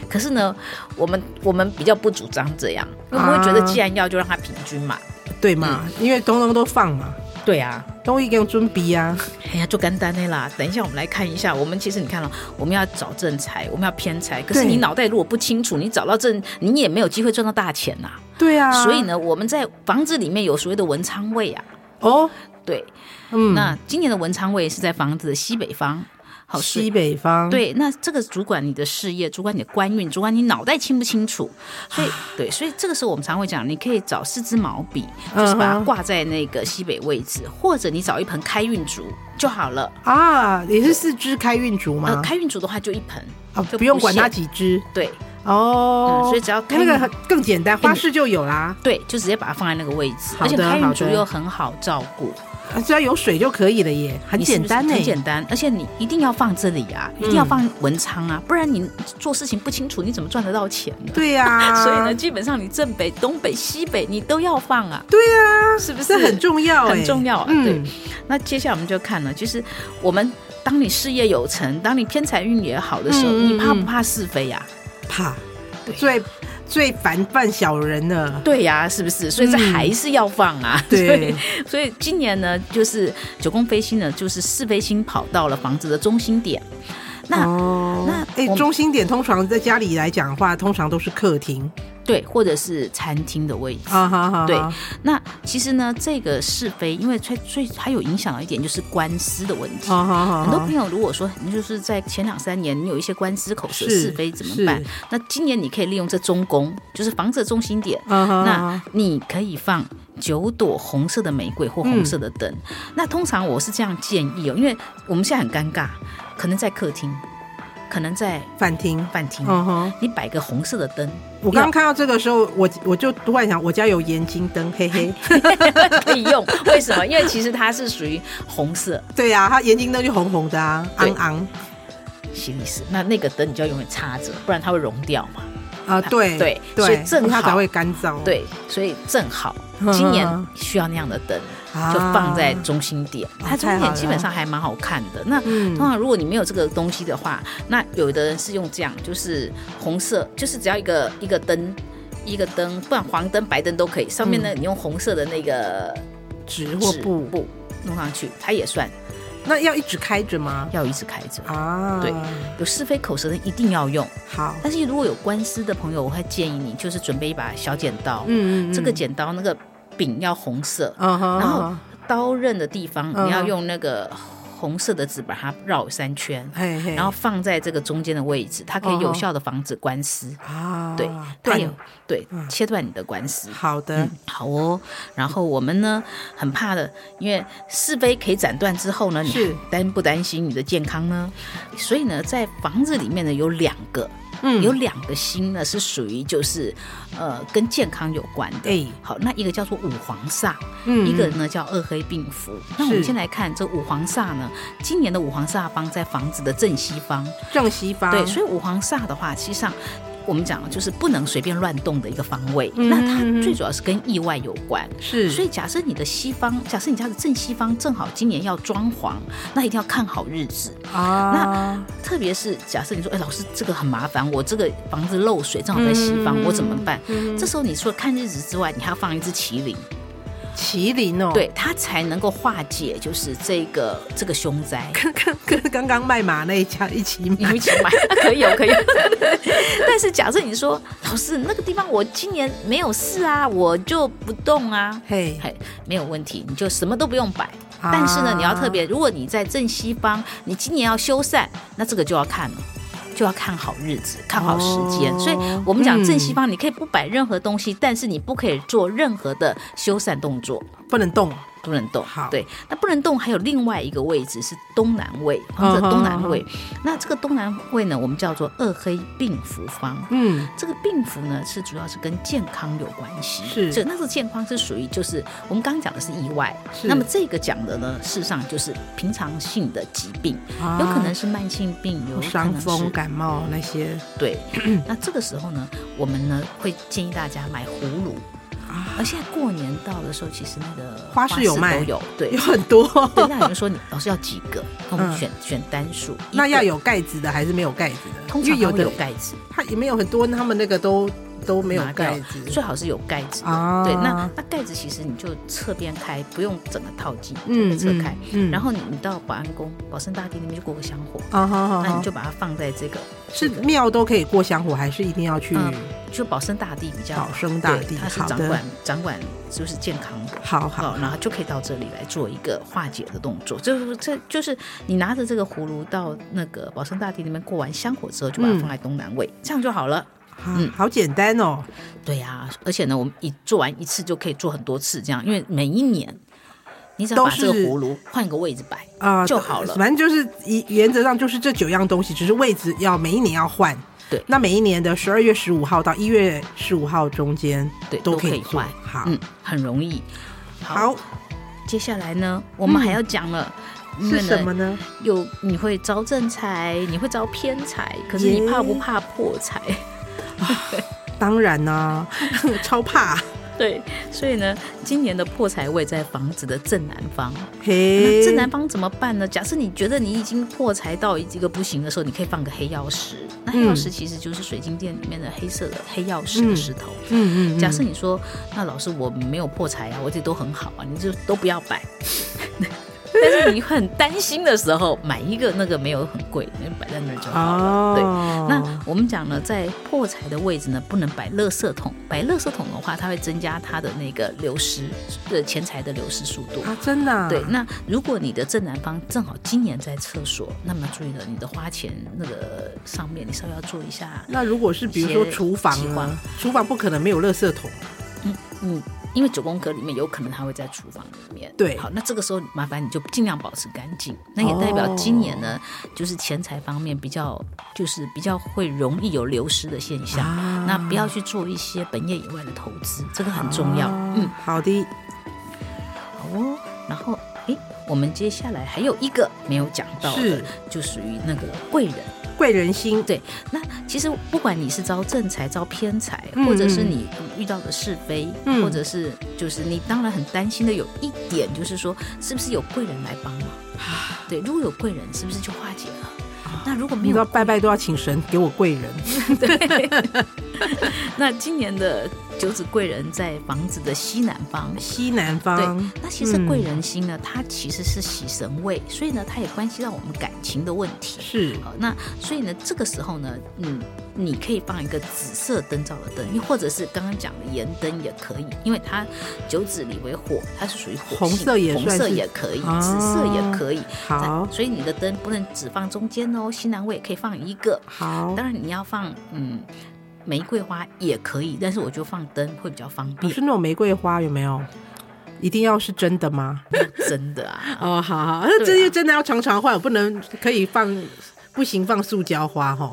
S2: 可是呢，我们我们比较不主张这样，因为我们会觉得
S1: 啊
S2: 既然要，就让它平均嘛。
S1: 对嘛，
S2: 嗯
S1: 因为通通都放嘛，
S2: 对啊，
S1: 都一定准备啊。
S2: 哎呀，就干单的啦。等一下，我们来看一下。我们其实你看了、我们要找正财，我们要偏财。可是
S1: 对
S2: 你脑袋如果不清楚，你找到正，你也没有机会赚到大钱呐、
S1: 对啊，
S2: 所以呢，我们在房子里面有所谓的文昌位啊。
S1: 哦，
S2: 对，
S1: 嗯，
S2: 那今年的文昌位是在房子的西北方，好所以
S1: 西北方，，
S2: 对，那这个主管你的事业，主管你的官运，主管你脑袋清不清楚？所以
S1: 啊
S2: 对，所以这个时候我们常会讲，你可以找四支毛笔，就是把它
S1: 嗯哼
S2: 挂在那个西北位置，或者你找一盆开运竹就好了。
S1: 啊，也是四支开运竹
S2: 呃，
S1: 吗？
S2: 开运竹的话就一盆，
S1: 啊，
S2: 就
S1: 不用管
S2: 限
S1: 它几支
S2: 对
S1: 哦
S2: 嗯，所以只要嗯开
S1: 那个很更简单，花市就有啦，
S2: 对，就直接把它放在那个位置，
S1: 好
S2: 而且
S1: 的
S2: 开
S1: 好
S2: 运竹
S1: 的
S2: 又很好照顾，
S1: 啊只要有水就可以了耶，很
S2: 你是
S1: 简
S2: 不是
S1: 单呢欸嗯
S2: 很。简单。而且你一定要放这里啊，一定要放文昌啊，不然你做事情不清楚，你怎么赚得到钱呢？
S1: 对啊呀，
S2: (laughs) 所以呢，，基本上你正北、东北、西北你都要放啊，
S1: 对呀，
S2: 是不是
S1: 这很重要，
S2: 很重
S1: 要。
S2: 要啊？对
S1: 嗯。，
S2: 那接下来我们就看了，就是我们当你事业有成，当你偏财运也好的时候，
S1: 嗯嗯
S2: 你怕不
S1: 嗯
S2: 怕是非啊呀、
S1: 怕
S2: 对
S1: 最最烦犯小人了。
S2: 对呀、是不是？所以这
S1: 嗯
S2: 还是要放啊。
S1: 对，
S2: 所以，所以今年呢，就是九宫飞星呢，就是是非星跑到了房子的中心点。那、
S1: 哦
S2: 那
S1: 哎、
S2: 我们
S1: 中心点通常在家里来讲的话，通常都是客厅
S2: (laughs) 对，或者是餐厅的位置。
S1: 啊，哈哈，
S2: 对
S1: 哈
S2: 那其实呢，这个是非，因为最最还有影响到一点就是官司的问题。
S1: 啊哈哈，
S2: 很多朋友如果说你就是在前两三年你有一些官司口舌
S1: 是
S2: 是非怎么办
S1: 是？
S2: 那今年你可以利用这中宫，就是房子的中心点，
S1: 啊哈
S2: 那
S1: 哈
S2: 你可以放九朵红色的玫瑰或红色的灯。
S1: 嗯
S2: 那通常我是这样建议哦，因为我们现在很尴尬，可能在客厅，可能在
S1: 饭厅，
S2: 饭厅，
S1: 嗯哼，
S2: 你摆个红色的灯， (laughs)
S1: 我刚刚看到这个时候，我我就突然想，我家有盐金灯，嘿嘿，
S2: 可以用。为什么？因为其实它是属于红色
S1: 对呀、它盐金灯就红红的啊，
S2: 对
S1: 昂昂
S2: 西里斯，那那个灯你就要永远插着，不然它会融掉嘛。
S1: 啊，对
S2: 对
S1: 对，
S2: 所以正
S1: 它
S2: 好
S1: 才会干燥，
S2: 对，所以正好
S1: 嗯
S2: 今年需要那样的灯，
S1: 啊，
S2: 就放在中心点。它中
S1: 太好
S2: 心点
S1: 了
S2: 基本上还蛮好看的。那
S1: 嗯
S2: 通常如果你没有这个东西的话，那有的人是用这样，就是红色，就是只要一个一个灯，一个灯，不然黄灯、白灯都可以。上面呢，你用红色的那个
S1: 纸或
S2: 纸
S1: 布，
S2: 布弄上去，它也算
S1: 那要一直开着吗？
S2: 要一直开着。
S1: 啊，
S2: 对，有是非口舌的一定要用，
S1: 好，
S2: 但是如果有官司的朋友，我会建议你就是准备一把小剪刀，
S1: 嗯
S2: 这个，剪刀那个柄要红色，
S1: 嗯哼，
S2: 然后
S1: 嗯
S2: 刀刃的地方
S1: 嗯
S2: 你要用那个红色的纸把它绕三圈，
S1: 嘿嘿，
S2: 然后放在这个中间的位置，它可以
S1: 哦
S2: 有效的防止官司。
S1: 啊，
S2: 对，它
S1: 断
S2: 有对
S1: 嗯
S2: 切断你的官司。
S1: 好的
S2: 嗯，，好哦。然后我们呢，很怕的，因为是非可以斩断之后呢，
S1: 是
S2: 你担不担心你的健康呢？所以呢，在房子里面呢，有两个，
S1: 嗯
S2: 有两个星呢是属于就是呃跟健康有关的。
S1: 哎
S2: 好，那一个叫做五黄煞，
S1: 嗯
S2: 一个呢叫二黑病符。那我们先来看这五黄煞呢，今年的五黄煞方在房子的正西方，
S1: 正西方，
S2: 对，所以五黄煞的话，其实上我们讲就是不能随便乱动的一个方位。
S1: 嗯
S2: 那它
S1: 嗯
S2: 最主要是跟意外有关。
S1: 是，
S2: 所以，假设你的西方，假设你家的正西方正好今年要装潢，那一定要看好日子。
S1: 啊，
S2: 特别是假设你说，哎，老师这个很麻烦，我这个房子漏水，正好在西方，
S1: 嗯
S2: 我怎么办？
S1: 嗯
S2: 这时候你除了看日子之外，你还要放一只麒麟，
S1: 麒麟哦，，
S2: 对它才能够化解就是这个这个凶灾。 (laughs)
S1: 跟跟跟 (laughs) 刚刚卖马那一家一起
S2: 你
S1: 买
S2: 们一起买， (laughs) 可以哦，可以。但是假设你说，老师那个地方我今年没有事啊，我就不动啊，
S1: 嘿，
S2: 嘿，没有问题，你就什么都不用摆。
S1: 啊
S2: 但是呢，你要特别，如果你在正西方，你今年要修缮，那这个就要看了。就要看好日子，看好时间。
S1: 哦
S2: 所以我们讲
S1: 嗯
S2: 正西方，你可以不摆任何东西，但是你不可以做任何的修缮动作。
S1: 不能动，
S2: 不能动
S1: 好。
S2: 对，那不能动还有另外一个位置是东南位，
S1: 嗯
S2: 或者东南位。那这个东南位呢，我们叫做二黑病符方。
S1: 嗯，
S2: 这个病符呢，是主要是跟健康有关系。
S1: 是
S2: 这那个健康是属于就是我们刚刚讲的是意外，
S1: 是
S2: 那么这个讲的呢，事实上就是平常性的疾病，
S1: 啊
S2: 有可能是慢性病，有可能是
S1: 伤风、感冒那些
S2: 对，那这个时候呢，我们呢会建议大家买葫芦。
S1: 啊，
S2: 而现在过年到的时候，其实那个
S1: 花市有卖
S2: 都有。
S1: (laughs)
S2: 对
S1: 有，很多。
S2: 对，那有人说你老师要几个？那我
S1: 嗯
S2: 们选、选单数，
S1: 那
S2: 一个
S1: 要，有盖子的还是没有盖子的？
S2: 通
S1: 因
S2: 常
S1: 为
S2: 它
S1: 有
S2: 会有
S1: 的
S2: 盖子，
S1: 它也没有很多，他们那个都都没有
S2: 拿掉
S1: 盖子。
S2: 最好是有盖子的。
S1: 啊
S2: 对，那那盖子其实你就侧边开，不用整个套进，
S1: 嗯
S2: 侧开。
S1: 嗯嗯
S2: 然后你你到保安宫、保生大帝那边去过个香火，
S1: 啊，好好
S2: 那
S1: 好
S2: 你，就把它放在这个
S1: 是
S2: 这个
S1: 庙都可以过香火，还是一定要去？
S2: 嗯就保生大帝比较
S1: 保生大帝
S2: 对他是
S1: 好
S2: 掌
S1: 的
S2: 管掌管就是健康的。
S1: 好好
S2: 好，然后就可以到这里来做一个化解的动作，就是这就是你拿着这个葫芦到那个保生大帝那边过完香火之后，就把它
S1: 嗯
S2: 放在东南位，这样就好了。
S1: 啊，好简单哦。
S2: 对呀、而且呢，我们一做完一次就可以做很多次，这样，因为每一年你只要
S1: 都
S2: 把这个
S1: 是
S2: 葫芦换个位置摆，
S1: 啊、
S2: 就好了
S1: 反正就是一原则上就是这九样东西，只是位置要每一年要换。
S2: 对
S1: 那每一年的十二月十五号到一月十五号中间，
S2: 对，
S1: 都
S2: 都
S1: 可
S2: 可
S1: 以
S2: 以
S1: 做
S2: 换，
S1: 好，
S2: 嗯，很容易。
S1: 好
S2: 接下来呢，我们还要讲了，因
S1: 嗯是
S2: 为
S1: 什
S2: 呢
S1: 么，呢？
S2: 有你会招正财，你会招偏财，可是你
S1: 耶
S2: 怕不怕破财？ (laughs)
S1: 当然啦、 (laughs) 超 (laughs) 怕
S2: 对，所以呢，今年的破财位在房子的正南方。那
S1: 嘿，
S2: 正南方怎么办呢？假设你觉得你已经破财到一个不行的时候，你可以放个黑曜石。
S1: 嗯
S2: 那黑曜石其实就是水晶店里面的黑色的黑曜石的石头。
S1: 嗯嗯嗯，
S2: 假设你说，那老师我没有破财啊，我这都很好啊，你就都不要摆。 (laughs) 但是你很担心的时候，买一个那个没有很贵，你就摆在那儿就好了。对
S1: 哦，
S2: 那我们讲呢，在破财的位置呢，不能摆垃圾桶。摆垃圾桶的话，它会增加它的那个流失，呃，钱财的流失速度。
S1: 啊，真的啊、
S2: 对，那如果你的正南方正好今年在厕所，那么注意了，你的花钱那个上面你稍微要做一下，
S1: 那如果是比如说
S2: 一些
S1: 厨房
S2: 习惯
S1: 呢，厨房不可能没有垃圾桶，
S2: 嗯，因为九宫格里面有可能它会在厨房里面。
S1: 对
S2: 好，那这个时候麻烦你就尽量保持干净。那也代表今年呢，
S1: 哦
S2: 就是钱财方面比较，就是比较会容易有流失的现象。
S1: 啊
S2: 那不要去做一些本业以外的投资，这个很重要。
S1: 啊
S2: 嗯，，
S1: 好的，
S2: 好哦。然后，诶，我们接下来还有一个没有讲到的
S1: 是，
S2: 就属于那个贵人。
S1: 贵人心，
S2: 对，那其实不管你是招正财、招偏财，
S1: 嗯
S2: 或者是你遇到的是非，
S1: 嗯
S2: 或者是就是你当然很担心的有一点，就是说是不是有贵人来帮忙？对，如果有贵人，是不是就化解了？那如果没
S1: 啊你知道
S2: 有，
S1: 拜拜都要请神给我贵人，
S2: 那今年的九子贵人在房子的西南方。
S1: 西南
S2: 对
S1: 方，，
S2: 那其实贵
S1: 嗯
S2: 人星呢，它其实是喜神位，所以呢，它也关系到我们感情的问题。
S1: 是
S2: 好，那所以呢，这个时候呢，嗯，你可以放一个紫色灯罩的灯，又或者是刚刚讲的盐灯也可以，因为它九紫里为火，它是属于火
S1: 红
S2: 性
S1: 色也
S2: 红
S1: 算
S2: 色
S1: 是
S2: 也可以，
S1: 啊
S2: 紫色也可以。
S1: 好
S2: 所以你的灯不能只放中间哦，西南位也可以放一个，
S1: 好
S2: 当。然你要放嗯玫瑰花也可以，但是我觉得放灯会比较方
S1: 不
S2: 便
S1: 哦是。那种玫瑰花有没有？一定要是真的吗？
S2: 真的啊，
S1: 哦，好好，那 (laughs) 这
S2: 对啊
S1: 些真的要常常换，我不能可以放，不行放塑胶花哈。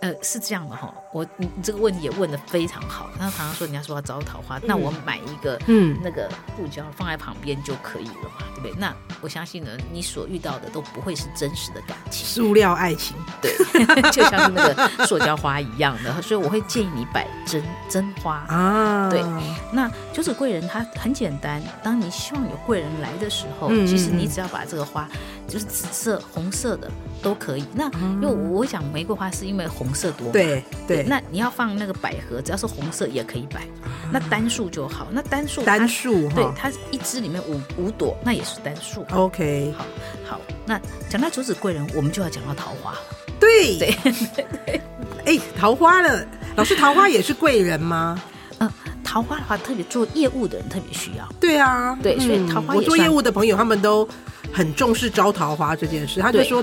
S2: 呃，是这样的哈，我你你这个问题也问的非常好。那常常说人家说要招桃花，那我买一个
S1: 嗯
S2: 那个布胶放在旁边就可以了嘛，对不对？那我相信呢，你所遇到的都不会是真实的感情， (laughs)
S1: 塑料爱情，
S2: 对，就像是那个塑胶花一样的。所以我会建议你摆真真花。
S1: 啊，
S2: 对那九子贵人它很简单，当你希望有贵人来的时候，
S1: 嗯
S2: 其实
S1: 嗯嗯
S2: 你只要把这个花，就是紫色、红色的都可以。那因为我讲玫瑰花是因为红色多嘛，
S1: 嗯对对，
S2: 那你要放那个百合，只要是红色也可以摆，那单数就好。那单数它
S1: 单数哈。
S2: 对
S1: 哦
S2: 它一支里面五五朵，那也是单数。
S1: OK，
S2: 好，好，那讲到九子贵人，我们就要讲到桃花了。
S1: 对对 (laughs) 对，哎，桃花了，老师，桃花也是贵人吗？
S2: 嗯，桃花的话，特别做业务的人特别需要。
S1: 对啊，
S2: 对所以
S1: 嗯
S2: 桃花
S1: 我
S2: 也
S1: 做
S2: 算
S1: 业务的朋友他们都很重视招桃花这件事，他就
S2: 对
S1: 说。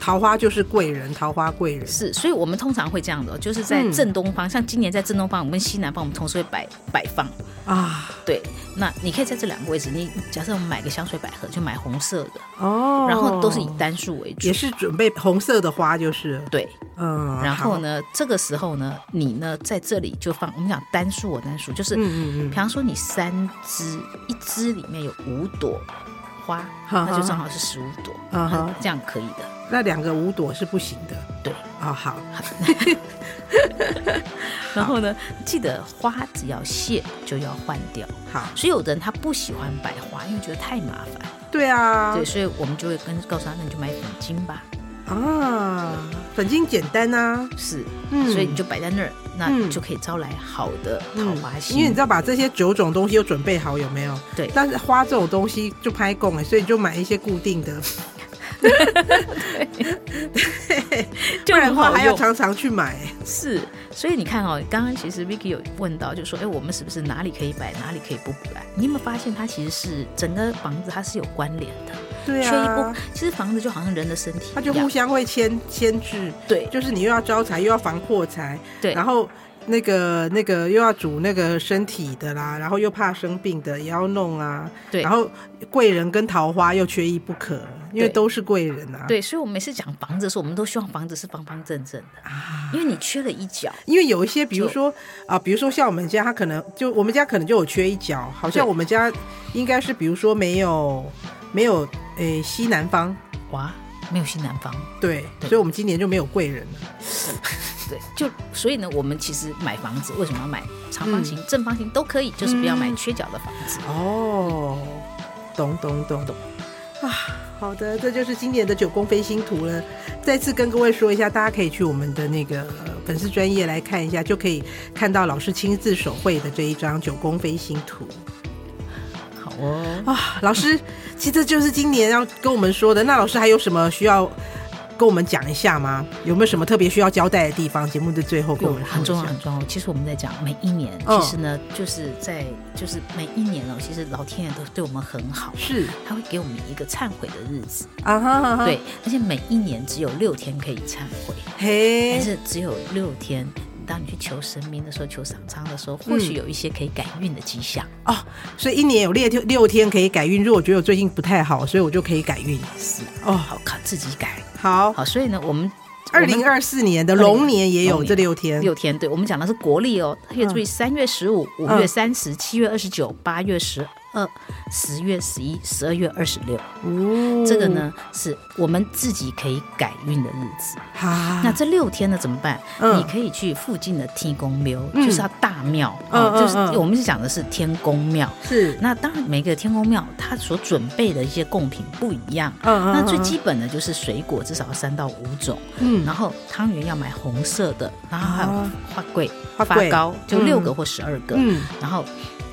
S1: 桃花就是贵人，桃花贵人。
S2: 是，所以我们通常会这样的哦，就是在
S1: 嗯
S2: 正东方，像今年在正东方，我们跟西南方，我们同时会摆摆放。
S1: 啊，
S2: 对，那你可以在这两个位置，你假设我们买个香水百合，就买红色的，
S1: 哦，
S2: 然后都是以单数为主
S1: 也。是准备红色的花，就是了
S2: 对，
S1: 嗯，
S2: 然后
S1: 好？
S2: 呢，这个时候呢，你呢在这里就放，我们讲单数我单数，就是，
S1: 嗯嗯嗯
S2: 比方说你三支，一支里面有五朵花，
S1: 哈哈
S2: 那就正好是十五朵，
S1: 嗯哼
S2: 这样可以的。
S1: 那两个五朵是不行的
S2: 对，
S1: 哦。好，
S2: 然后呢，记得花只要谢就要换掉。
S1: 好，
S2: 所以有的人他不喜欢摆花，因为觉得太麻烦。
S1: 对啊，
S2: 对，所以我们就会跟告诉他，那你就买粉晶吧。
S1: 啊，粉晶简单啊，
S2: 是，
S1: 嗯
S2: 所以你就摆在那儿，那
S1: 嗯
S2: 你就可以招来好的桃花心。
S1: 因为你知道把这些九种东西都准备好有没有？
S2: 对
S1: 但是花这种东西就拍供哎，所以你就买一些固定的，
S2: 就
S1: 不然的话 (laughs)
S2: 很好
S1: 还要
S2: 用
S1: 常常去买。
S2: 是，所以你看哦，刚刚其实 Vicky 有问到，就说，哎，我们是不是哪里可以摆，哪里可以不摆？你有没有发现它其实是整个房子它是有关联的，
S1: 对
S2: 缺一
S1: 啊
S2: 不，，其实房子就好像人的身体
S1: 它
S2: 一
S1: 就啊
S2: 样
S1: 互相会牵牵制，
S2: 对
S1: 就是你又要招财，又要防破财，
S2: 对，
S1: 然后那个那个又要煮那个身体的啦，然后又怕生病的也要弄啊，
S2: 对
S1: 然后贵人跟桃花又缺一不可，因为
S2: 对
S1: 都是贵人啊，
S2: 对，所以我们每次讲房子的时候，我们都希望房子是方方正正的，
S1: 啊。
S2: 因为你缺了一角，
S1: 因为有一些，比如
S2: 就
S1: 说啊，比如说像我们家，他可能就我们家可能就有缺一角，好像
S2: 对
S1: 我们家应该是，比如说没有没有诶西南方，
S2: 哇，没有新南方。
S1: 对，
S2: 对
S1: 所以我们今年就没有贵人了。
S2: 对，就所以呢，我们其实买房子为什么要买长方
S1: 嗯
S2: 形、正方形都可以，就是不要买缺角的房子。
S1: 哦，懂懂懂懂啊！好的，这就是今年的九宫飞星图了。再次跟各位说一下，大家可以去我们的那个呃粉丝专业来看一下，就可以看到老师亲自手绘的这一张九宫飞星图
S2: 好哦，
S1: 啊。老师，其实这就是今年要跟我们说的。那老师还有什么需要跟我们讲一下吗？有没有什么特别需要交代的地方？节目的最后跟我们说
S2: 很
S1: 一
S2: 重要，
S1: 下
S2: 很。重要。其实我们在讲每一年，
S1: 嗯
S2: 其实呢，就是在就是每一年哦，其实老天爷都对我们很好，
S1: 是
S2: 他会给我们一个忏悔的日子。
S1: 啊哈哈哈，
S2: 对，而且每一年只有六天可以忏悔，但
S1: 嘿，
S2: 是只有六天。当你去求神明的时候，求赏苍的时候，或
S1: 嗯
S2: 许有一些可以改运的迹象。
S1: 哦，所以一年有六天六天可以改运。如果我觉得我最近不太好，所以我就可以改运。
S2: 是
S1: 哦
S2: 哦，好看自己改。
S1: 好，
S2: 好，所以呢，我们我
S1: 二
S2: 们
S1: 零二四年的龙年也有
S2: 龙年
S1: 这六天。
S2: 六天，对我们讲的是国历哦，特别注
S1: 嗯
S2: 意三月十五、五月三十、七月二十九、八月十二、十月十一、十二月二十六，
S1: 哦
S2: 这个，呢是我们自己可以改运的日子。
S1: 好，
S2: 那这六天呢怎么办？
S1: 啊嗯
S2: 你可以去附近的天公庙，
S1: 嗯
S2: 就是要大庙，
S1: 嗯
S2: 哦
S1: 嗯
S2: 就是
S1: 嗯
S2: 我们是讲的是天公庙。
S1: 是，
S2: 那当然，每个天公庙它所准备的一些贡品不一样。
S1: 嗯
S2: 那最基本的就是水果，至少要三到五种。
S1: 嗯
S2: 然后汤圆要买红色的，然后还有
S1: 啊
S2: 花桂、
S1: 花
S2: 发
S1: 桂
S2: 糕，就
S1: 嗯
S2: 六个或十二个。
S1: 嗯
S2: 然后，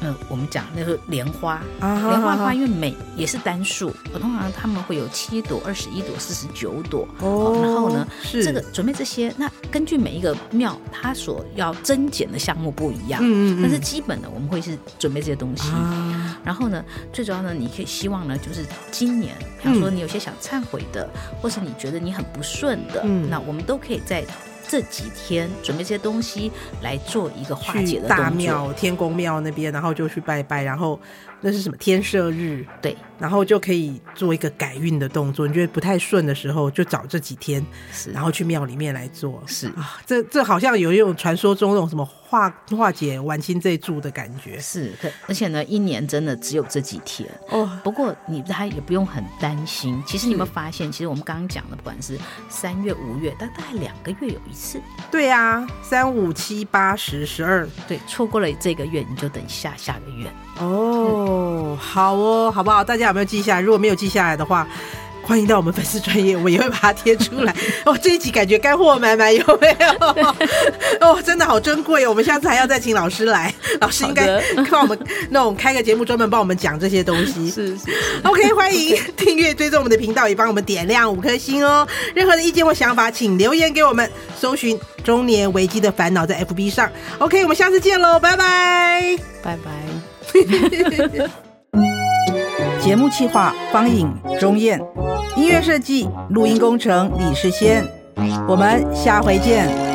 S2: 嗯，我们讲那个莲花，
S1: 啊
S2: 莲花花
S1: 花
S2: 因为每也是单数，我通常他们会有七朵、二十一朵、四十九朵。
S1: 哦
S2: 然后呢，
S1: 是
S2: 这个准备这些，那根据每一个庙，它所要增减的项目不一样。
S1: 嗯嗯嗯
S2: 但是基本的我们会是准备这些东西。
S1: 啊，
S2: 然后呢，最主要呢，你可以希望呢，就是今年，比方说你有些想忏悔的，或是你觉得你很不顺的，
S1: 嗯
S2: 那我们都可以在这几天准备这些东西来做一个化解
S1: 去
S2: 的
S1: 大
S2: 动作。
S1: 庙天公庙那边，然后就去拜拜，然后那是什么天赦日，
S2: 对，
S1: 然后就可以做一个改运的动作。你觉得不太顺的时候，就找这几天，
S2: 是
S1: 然后去庙里面来做。
S2: 是
S1: 啊，这这好像有一种传说中那种什么化化解晚清这一柱的感觉。
S2: 是，可而且呢，一年真的只有这几天。
S1: 哦，
S2: 不过你他也不用很担心。其实你有没有发现，其实我们刚刚讲的，不管是三月、五月，但大概两个月有一次，
S1: 对啊，三五七八十十二。
S2: 对，错过了这个月，你就等下下个月。
S1: 哦，好哦，好不好？大家有没有记下来？如果没有记下来的话。欢迎到我们粉丝专业，我也会把它贴出
S2: (laughs)
S1: 来。哦，这一集感觉干货满满，有没有？
S2: (laughs)
S1: 哦，真的好珍贵哦！我们下次还要再请老师来，老师应该
S2: 好的
S1: 帮我们那种开个节目，专门帮我们讲这些东西。
S2: 是是
S1: OK，欢迎订阅、追踪我们的频道，也帮我们点亮五颗星哦。任何的意见或想法，请留言给我们。搜寻“中年危机的烦恼”在 FB 上。OK，我们下次见喽，拜拜。
S2: 拜拜。
S1: 节目企划：方颖、钟燕，一音乐设计、录音工程李世先，我们下回见。